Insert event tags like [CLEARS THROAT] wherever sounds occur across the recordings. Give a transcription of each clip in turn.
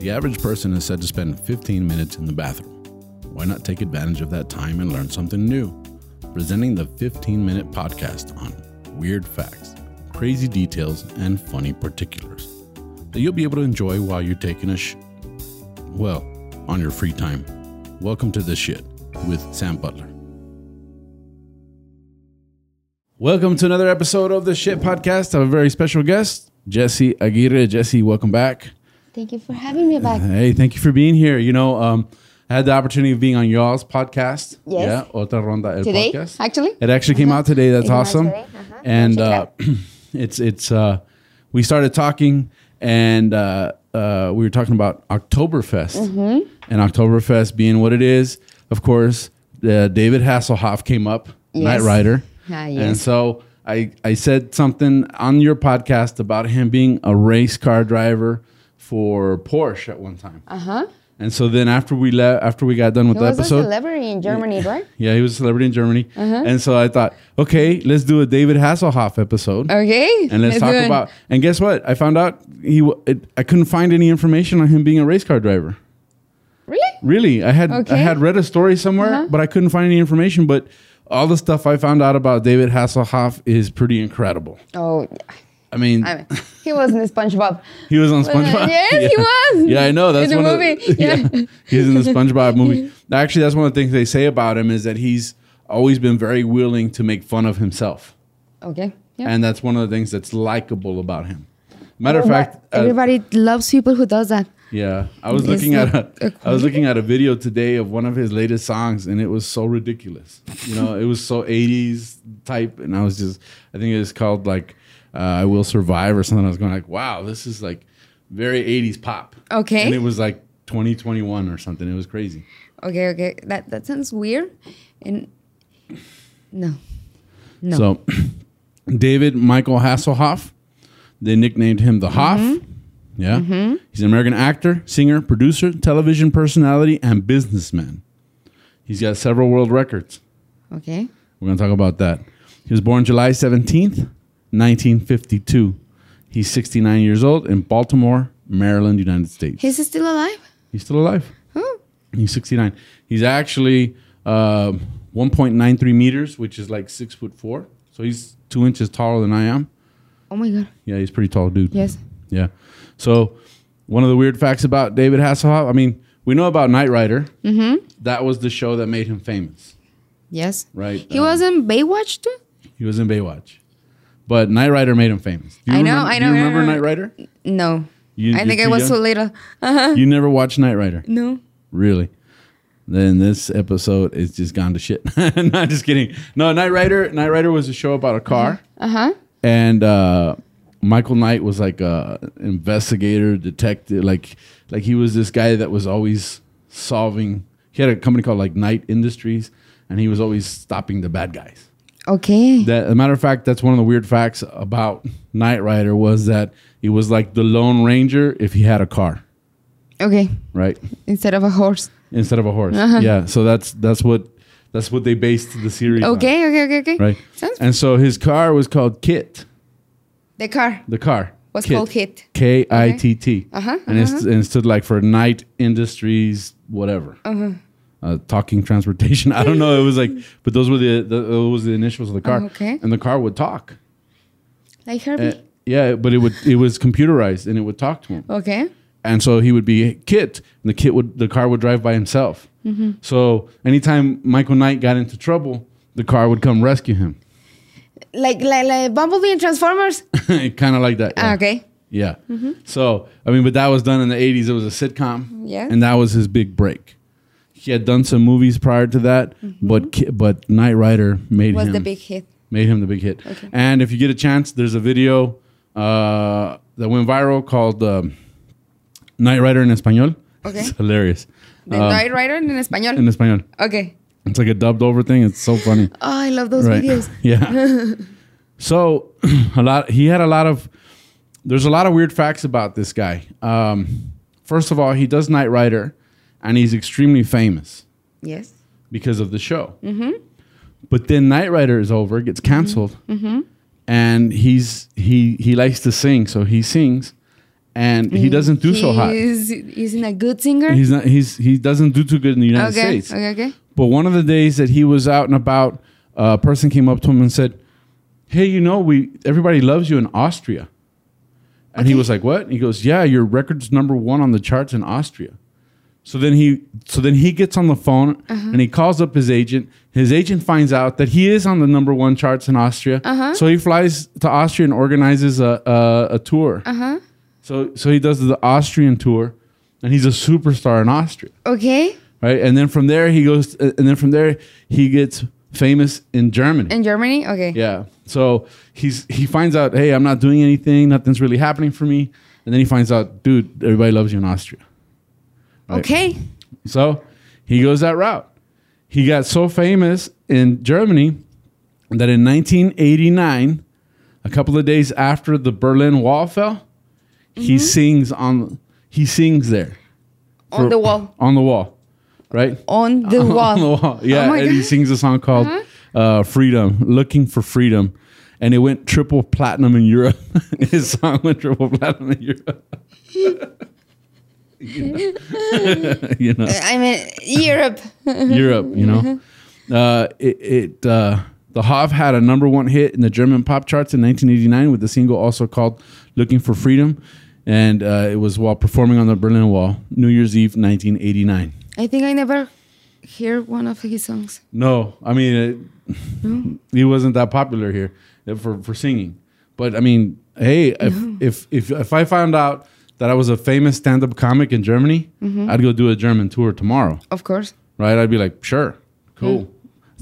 The average person is said to spend 15 minutes in the bathroom. Why not take advantage of that time and learn something new? Presenting the 15 minute podcast on weird facts, crazy details, and funny particulars that you'll be able to enjoy while you're taking a sh. Well, on your free time. Welcome to The Shit with Sam Butler. Welcome to another episode of The Shit Podcast. I have a very special guest, Jesse Aguirre. Jesse, welcome back. Thank you for having me [LAUGHS] back. Hey, thank you for being here. You know, um, I had the opportunity of being on y'all's podcast. Yeah, Yes. Otra Ronda El Today, Podcast. actually? Uh-huh. It actually came out today. That's came out awesome. today, uh-huh. And Check it uh, out. [CLEARS THROAT] it's it's uh, we started talking and uh, uh, we were talking about Oktoberfest Mm-hmm. and Oktoberfest being what it is. Of course, uh, David Hasselhoff came up, Night Knight Yes. Rider. Ah, And yes. so I, I said something on your podcast about him being a race car driver for Porsche at one time. Uh huh. And so then after we left, after we got done with It the was a episode, celebrity in [LAUGHS] Germany, right? yeah, he was a celebrity in Germany. Uh-huh. And so I thought, okay, let's do a David Hasselhoff episode. Okay. And let's talk Uh, do it. about. And guess what? I found out he. w- It, I couldn't find any information on him being a race car driver. Really? Really, I had I Okay. Uh-huh. had read a story somewhere, but I couldn't find any information. But all the stuff I found out about David Hasselhoff is pretty incredible. Oh, yeah. I mean, I mean, he was in SpongeBob. he was on Well, SpongeBob. [LAUGHS] yes, he was. [LAUGHS] Yeah, I know. That's In the one movie, Of, [LAUGHS] yeah. yeah. he's in the SpongeBob [LAUGHS] movie. Actually, that's one of the things they say about him is that he's always been very willing to make fun of himself, Okay. Yeah. and that's one of the things that's likable about him. Matter of fact, But uh, everybody loves people who does that. Yeah, I was It's looking at like a, a I was looking at a video today of one of his latest songs, and it was so ridiculous. You know, it was so '80s type, and I was just, I think it was called like uh, "I Will Survive" or something. I was going like, "Wow, this is like very '80s pop." Okay. and it was like 2021 or something. It was crazy. Okay. Okay. That that sounds weird. And no. No. So, [CLEARS THROAT] David Michael Hasselhoff, they nicknamed him the Hoff. Yeah, he's an American actor, singer, producer, television personality, and businessman. He's got several world records. Okay. We're going to talk about that. He was born July 17th, 1952. He's 69 years old in Baltimore, Maryland, United States. He's still alive. He's still alive. Huh? He's 69. He's actually um 1.93 meters, which is like six foot four. So he's two inches taller than I am. Oh my god. Yeah, he's a pretty tall dude. Yes. Yeah. So one of the weird facts about David Hasselhoff, I mean, we know about Knight Rider. Mm-hmm. That was the show that made him famous, Yes. right? He Um, was in Baywatch too. He was in Baywatch. But Knight Rider made him famous. Do I know, remember- I Do know, you I know, remember I know. Knight [LAUGHS] Rider? No. You- I you're think I too was young? so little. Uh-huh. You never watched Knight Rider, No. really? Then this episode is just gone to shit. [LAUGHS] Not just kidding. No, Knight Rider. Knight Rider was a show about a car, Uh huh. and uh, Michael Knight was like a investigator, detective, like like he was this guy that was always solving. He had a company called like Knight Industries, and he was always stopping the bad guys. Okay. That, as a matter of fact, that's one of the weird facts about Knight Rider was that he was like the Lone Ranger if he had a car, Okay. right? Instead of a horse. Instead of a horse. Uh-huh. Yeah. So that's that's what that's what they based the series. on, Okay, okay, okay, okay. right. Sounds And so his car was called Kit. the car The car was Kit. called Kit. K I T T. Uh-huh, And it st- and it stood like for Knight Industries, whatever. Uh-huh. Uh, talking transportation. [LAUGHS] I don't know. It was like, but those were the, the those was the initials of the car. Oh, Okay. And the car would talk. Like Herbie. Uh, yeah, but it would it was computerized and it would talk to him. okay. And so he would be Kit, and the kit would the car would drive by himself. Mm-hmm. So anytime Michael Knight got into trouble, the car would come rescue him. Like like like Bumblebee [LAUGHS] and Transformers. kind of like that. yeah. Ah, okay. Mm-hmm. Yeah. So, I mean, but that was done in the 80s. It was a sitcom. Yeah. And that was his big break. He had done some movies prior to that, but ki but Knight Rider made Mm-hmm. Was him the big hit. made him the big hit. Okay. And if you get a chance, there's a video uh, that went viral called um, Knight Rider in Español. [LAUGHS] Okay. It's hilarious. The Um, Knight Rider in español. in Español. okay. It's like a dubbed over thing. It's so funny. Oh, I love those videos. [LAUGHS] Yeah. so [CLEARS THROAT] a lot he had a lot of there's a lot of weird facts about this guy. Um, first of all, he does Knight Rider and he's extremely famous [LAUGHS] Yes. because of the show. Mm-hmm. But then Knight Rider is over, it gets Mm-hmm. canceled, and he's he he likes to sing, so he sings, and he doesn't do so hot. Mm-hmm. He's, he's in a good singer. He's not. He's he doesn't do too good in the United okay. States. Okay. Okay. But one of the days that he was out and about, a person came up to him and said, "Hey, you know, we everybody loves you in Austria." And he was like, "What?" And he goes, "Yeah, your record's number one on the charts in Austria." So then he so then he gets on the phone and he calls up his agent. His agent finds out that he is on the number one charts in Austria. So he flies to Austria and organizes a a, a tour. So so he does the Austrian tour, and he's a superstar in Austria Okay. right? And then from there he goes, and then from there he gets famous in Germany. In Germany. Okay. yeah. So he's he finds out, hey, I'm not doing anything. Nothing's really happening for me. And then he finds out, dude, everybody loves you in Austria. Right. Okay. So he goes that route. He got so famous in Germany that in 1989, a couple of days after the Berlin Wall fell, Mm-hmm. he sings on he sings there On For- the wall. on the wall, right? On [LAUGHS] the on the wall. wall. Oh, Yeah, Oh. my and he [LAUGHS] God. Uh-huh. sings a song called uh "Freedom," looking for freedom, and it went triple platinum in Europe. [LAUGHS] His song went triple platinum in Europe. [LAUGHS] you know, [LAUGHS] I mean Europe. Europe. You know, Uh-huh. uh, it. it uh, the Hoff had a number one hit in the German pop charts in 1989 with the single also called "Looking for Freedom," and uh, it was while performing on the Berlin Wall, New Year's Eve, 1989. [LAUGHS] I think I never hear one of his songs. No, I mean, it, [LAUGHS] he wasn't that popular here uh, for for singing. But I mean, hey, if, if if if I found out that I was a famous stand up comic in Germany, Mm-hmm. I'd go do a German tour tomorrow, Of course. right? I'd be like, sure, cool.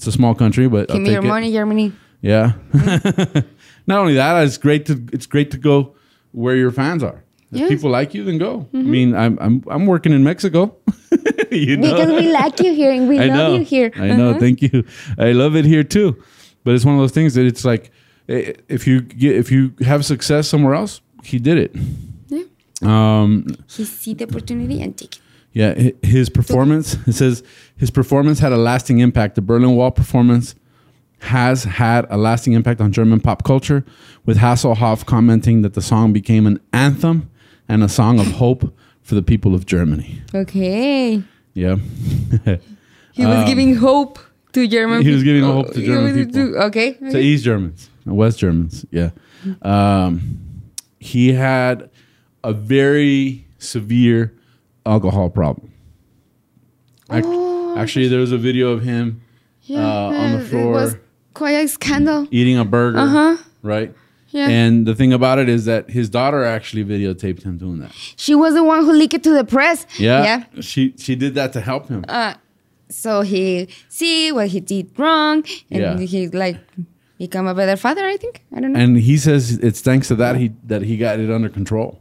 It's a small country, but Give I'll me your take it. money, Mm. Germany. Yeah. [LAUGHS] Not only that, it's great to it's great to go where your fans are. If Yes. Mm-hmm. people like you, then go. I mean, I'm I'm I'm working in Mexico. [LAUGHS] you know? Because we like you here and we I love know. you here. I know. Uh-huh. Thank you. I love it here too. But it's one of those things that it's like eh, if you get if you have success somewhere else, he did it. Yeah. Um, He see the opportunity and take it. yeah, hi- his performance. It says his performance had a lasting impact. The Berlin Wall performance has had a lasting impact on German pop culture, with Hasselhoff commenting that the song became an anthem and a song of hope for the people of Germany. Okay. Yeah, [LAUGHS] He was giving hope to German Um, he was giving people. hope to He German was- people. okay. to okay. East Germans, West Germans. Yeah, um, he had a very severe alcohol problem. Ac- Oh, Actually, there was a video of him. yeah, uh, on the It was floor. quite a scandal. eating a burger, Uh-huh. right? Yeah. And the thing about it is that his daughter actually videotaped him doing that. She was the one who leaked it to the press. Yeah, Yeah. She she did that to help him. Uh, so he see what he did wrong and Yeah. he like become a better father, I think. I don't know. and he says it's thanks to that he that he got it under control.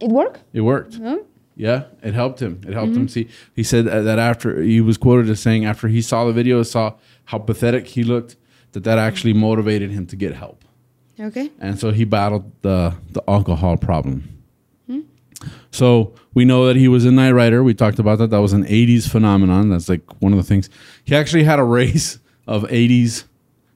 it worked? It worked. No? Yeah, it helped him. It helped him see. He said that that after he was quoted as saying after he saw the video, saw how pathetic he looked, that that actually motivated him to get help. Okay. and so he battled the the alcohol problem. So we know that he was a night rider. We talked about that. That was an '80s phenomenon. That's like one of the things. He actually had a race of '80s.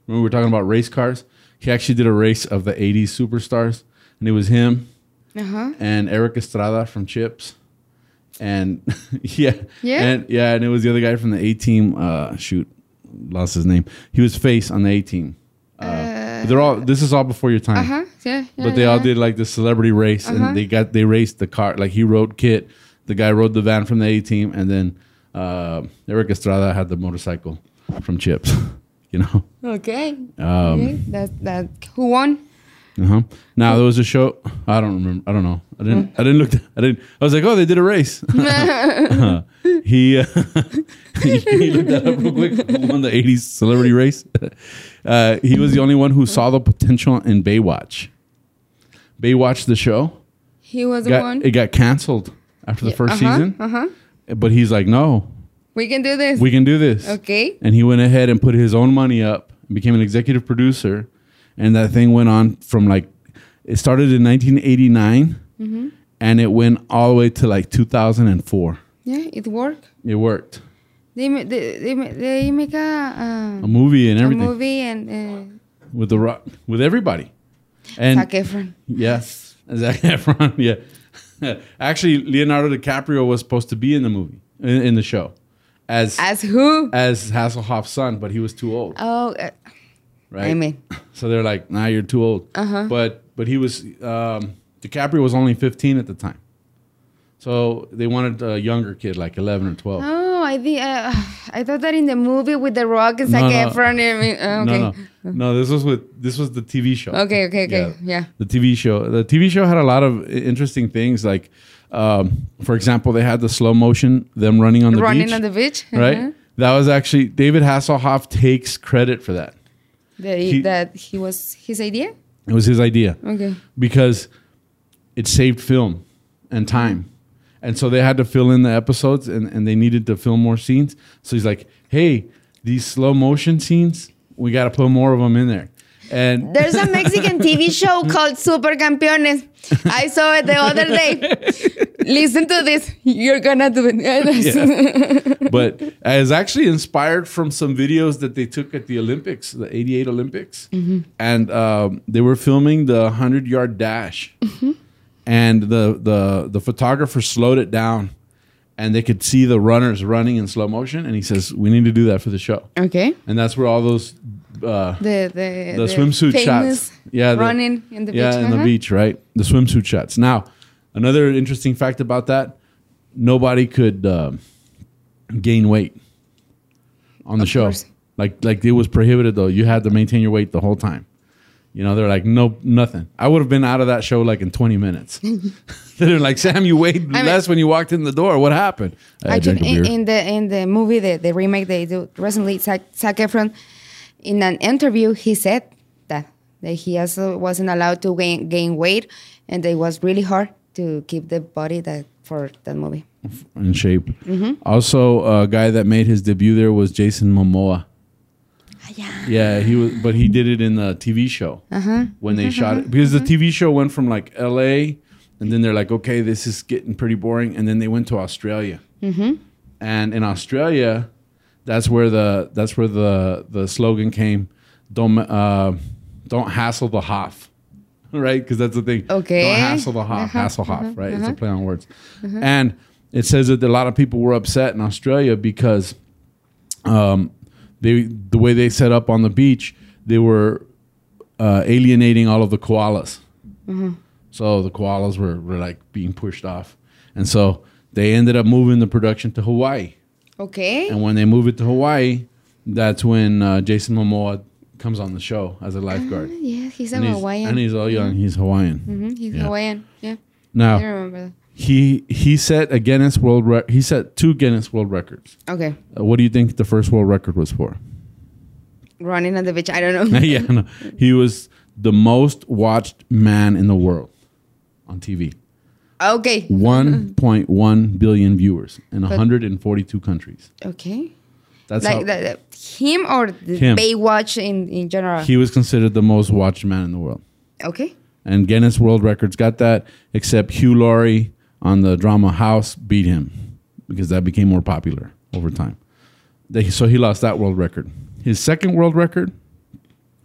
When we were talking about race cars, he actually did a race of the '80s superstars, and it was him Uh-huh. and Eric Estrada from Chips, and [LAUGHS] yeah, Yeah? and yeah, and it was the other guy from the A team. Uh, shoot, lost his name. He was face on the A team. Uh, they're all. This is all before your time Uh-huh. Yeah. yeah but they yeah. Uh-huh. all did like the celebrity race and they got they raced the car like he rode kit the guy rode the van from the a team and then uh, eric estrada had the motorcycle from chips [LAUGHS] you know Okay. Um, okay. That that who [LAUGHS] won? uh-huh. now there was a show i don't remember i don't know i Hmm. didn't i didn't look i didn't i was like oh they did a race [LAUGHS] he, uh, [LAUGHS] he he looked that up real quick [LAUGHS] who won the 80s celebrity race [LAUGHS] uh, he was the only one who saw the potential in baywatch baywatch the show He was the got- one. it got canceled after the 1st season. Uh huh. But he's like, no, We can do this. we can do this. okay. And he went ahead and put his own money up, and became an executive producer, and that thing went on from like it started in 1989, Mm-hmm. and it went all the way to like 2004. Yeah, it worked. It worked. They ma- they they, ma- they make a, A movie and uh, a everything movie and with the rock with everybody. uh, And Zac Efron. [LAUGHS] yes, Zac Efron. Yeah, [LAUGHS] Actually, Leonardo DiCaprio was supposed to be in the movie, in, in the show, as As who? as Hasselhoff's son, but he was too old, oh, uh, right? I mean, So they're like, "Nah, you're too old." Uh-huh. But but he was um, DiCaprio was only 15 at the time, so they wanted a younger kid, like 11 or 12. oh, I think uh, I thought that in the movie with the rock is like No, no. in front of me. Oh, Okay, No, no, no. This was with this was the TV show. okay, okay, okay. Yeah. The TV show. The TV show had a lot of i- interesting things. Like, um, for example, they had the slow motion them running on the Running beach, on the beach, right? Uh-huh. That was actually David Hasselhoff takes credit for that. That He- he, that he was his idea. It was his idea Okay. because it saved film and time. And so they had to fill in the episodes and, and they needed to film more scenes. So he's like, hey, these slow motion scenes, we got to put more of them in there. And There's a Mexican TV show called Super Campeones. I saw it the other day. Listen to this. You're gonna do [LAUGHS] it. but it's actually inspired from some videos that they took at the Olympics, the '88 Olympics, Mm-hmm. and um, they were filming the 100 yard dash, Mm-hmm. and the the the photographer slowed it down, and they could see the runners running in slow motion, and he says, "We need to do that for the show," [LAUGHS] Okay. and that's where all those. Uh, The the, the, swimsuit famous shots. Yeah, the- running in the yeah, beach. in the uh-huh. beach, right? The swimsuit shots. Now, another interesting fact about that: nobody could um gain weight on the show. course. Like, like it was prohibited though. You had to maintain your weight the whole time. You know, they're like, no, nothing. I would have been out of that show like in 20 [LAUGHS] minutes. they're like, Sam, you weighed I mean- less when you walked in the door. What happened? I Actually, drank a in, beer. in the in the movie, the, the remake they do recently, Zac, Zac Efron, in an interview, he said that, that he also wasn't allowed to gain, gain weight, and it was really hard to keep the body that for that movie. in shape. Mm-hmm. Also, a guy that made his debut there was Jason Momoa. Yeah. Yeah, he was, but he did it in the TV show when they shot it because the TV show went from like L.A. and then they're like, okay, this is getting pretty boring, and then they went to Australia. And in Australia, that's where the that's where the the slogan came, don't uh, don't hassle the Hoff, [LAUGHS] right? Because that's the thing. Okay. don't hassle the Hoff, hassle Hoff, right? It's a play on words, and it says that a lot of people were upset in Australia because um, they the way they set up on the beach, they were uh, alienating all of the koalas. So the koalas were, were like being pushed off, and so they ended up moving the production to Hawaii. Okay. And when they move it to Hawaii, that's when uh, Jason Momoa comes on the show as a lifeguard. yeah, he's a and, he's, Ah, Hawaiian. and he's all young. He's Hawaian. Mhm, he's yeah. Oh. Hawaiian. Yeah, I Now remember he he set a Guinness World Re- he set two Guinness World Records. that. Okay, Uh, what do you think the first world record was for? running on the beach. I [LAUGHS] don't know. [LAUGHS] yeah, no. he was the most watched man in the world on TV. okay. 1.1 billion viewers in 142 countries. Okay. That's like how the, the, him or the Him. Baywatch in, in general? he was considered the most watched man in the world. okay. And Guinness World Records got that, except Hugh Laurie on the drama House beat him because that became more popular over time. They, so he lost that world record. His second world record,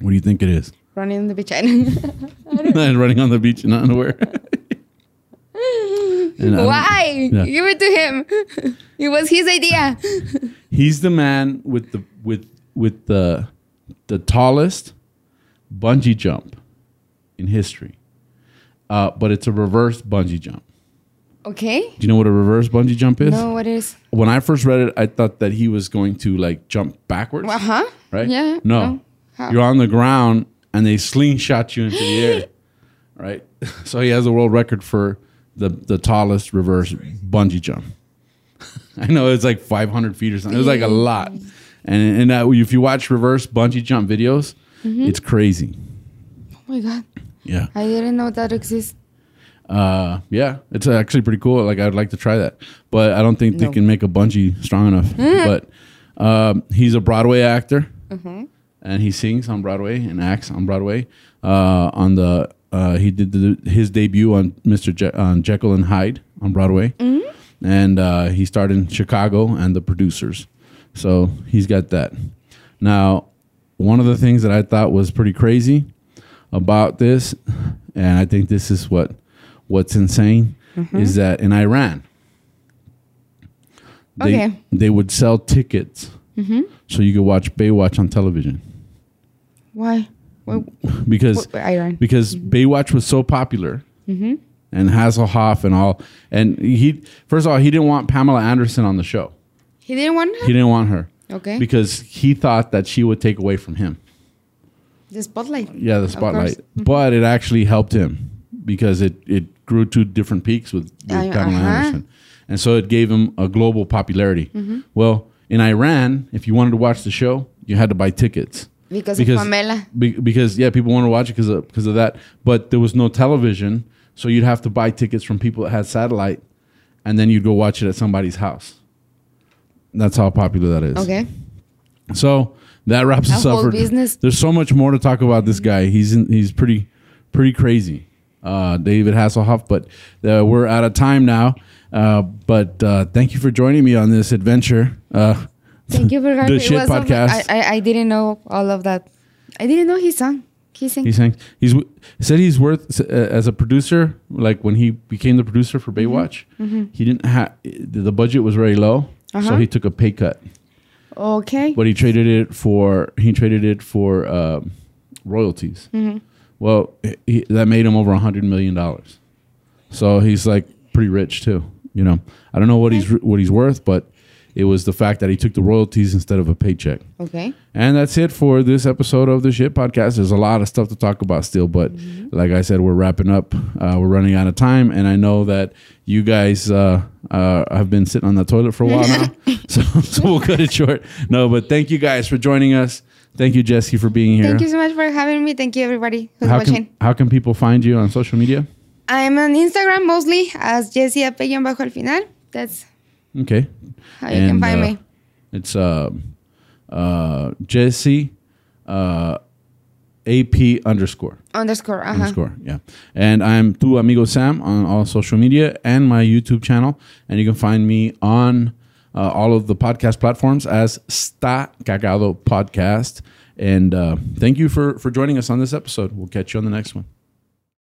what do you think it is? Running on the beach. [LAUGHS] I don't [LAUGHS] and running on the beach in underwear. [LAUGHS] And um, I don't- Why? Yeah. Give it to him. [LAUGHS] it was his idea. [LAUGHS] He's the man with the with with the the tallest bungee jump in history. Uh, but it's a reverse bungee jump. Okay. Do you know what a reverse bungee jump is? No, what is? When I first read it, I thought that he was going to like jump backwards. Uh huh. Right? Yeah. No. How? You're on the ground and they slingshot you into the [LAUGHS] air. Right? [LAUGHS] So he has a world record for the, the tallest reverse bungee jump. [LAUGHS] I know it's like 500 feet or something. It was like a lot. And, and uh, if you watch reverse bungee jump videos, Mm-hmm. it's crazy. Oh my god, Yeah. I didn't know that exists. Uh, yeah, it's actually pretty cool. Like I'd like to try that, but I don't think they No. Mm. can make a bungee strong enough. but um, he's a Broadway actor, Mm-hmm. and he sings on Broadway and acts on Broadway. Uh, on the uh, he did the, his debut on Mr. Je- on Jekyll and Hyde on Broadway, and uh, he starred in Chicago and The Producers. So he's got that. Now, one of the things that I thought was pretty crazy about this, and I think this is what what's insane is that in Iran, they, Okay. they would sell tickets so you could watch Baywatch on television Why? Why? because Wh- Iran. because Baywatch was so popular Mm-hmm. and Hasselhoff and all and he first of all he didn't want Pamela Anderson on the show He didn't want he didn't want her Okay. because he thought that she would take away from him the spotlight. yeah the Of course. Mm-hmm. spotlight but it actually helped him because it it grew to different peaks with, with I- Pamela uh-huh. Anderson and so it gave him a global popularity Mm-hmm. well in Iran if you wanted to watch the show you had to buy tickets Because of Pamela. be- because yeah, people want to watch it because of because of that. But there was no television, so you'd have to buy tickets from people that had satellite, and then you'd go watch it at somebody's house. That's how popular that is. Okay. So that wraps A us up whole for business. There's so much more to talk about this guy. He's in, he's pretty pretty crazy, uh, David Hasselhoff. But uh, we're out of time now. Uh, but uh, thank you for joining me on this adventure. Uh, Thank you for the shit podcast. I, I I didn't know all of that. I didn't know he sang. He sang. He sang. He's w- said he's worth uh, as a producer. Like when he became the producer for Baywatch, he didn't have the budget was very low, so Uh-huh. he took a pay cut. okay. But he traded it for he traded it for um, royalties. Well, he, that made him over a hundred million dollars. So he's like pretty rich too. You know, I don't know what he's what he's worth, but it was the fact that he took the royalties instead of a paycheck. Okay. And that's it for this episode of the Shit Podcast. There's a lot of stuff to talk about still, but Mm-hmm. like I said, we're wrapping up. Uh, we're running out of time, and I know that you guys uh, uh, have been sitting on the toilet for a while [LAUGHS] now, [LAUGHS] so, so we'll cut it short. No, but thank you guys for joining us. Thank you, Jesse, for being here. Thank you so much for having me. Thank you everybody who's How watching. can, how can people find you on social media? I'm on Instagram mostly as Jessie Apellion bajo al final. That's Okay. how you can find uh, me. It's uh, uh, Jesse uh, AP underscore. Underscore. Uh huh. underscore yeah and i'm tu amigo sam on all social media and my youtube channel and you can find me on uh, all of the podcast platforms as sta cagado podcast and uh, thank you for for joining us on this episode we'll catch you on the next one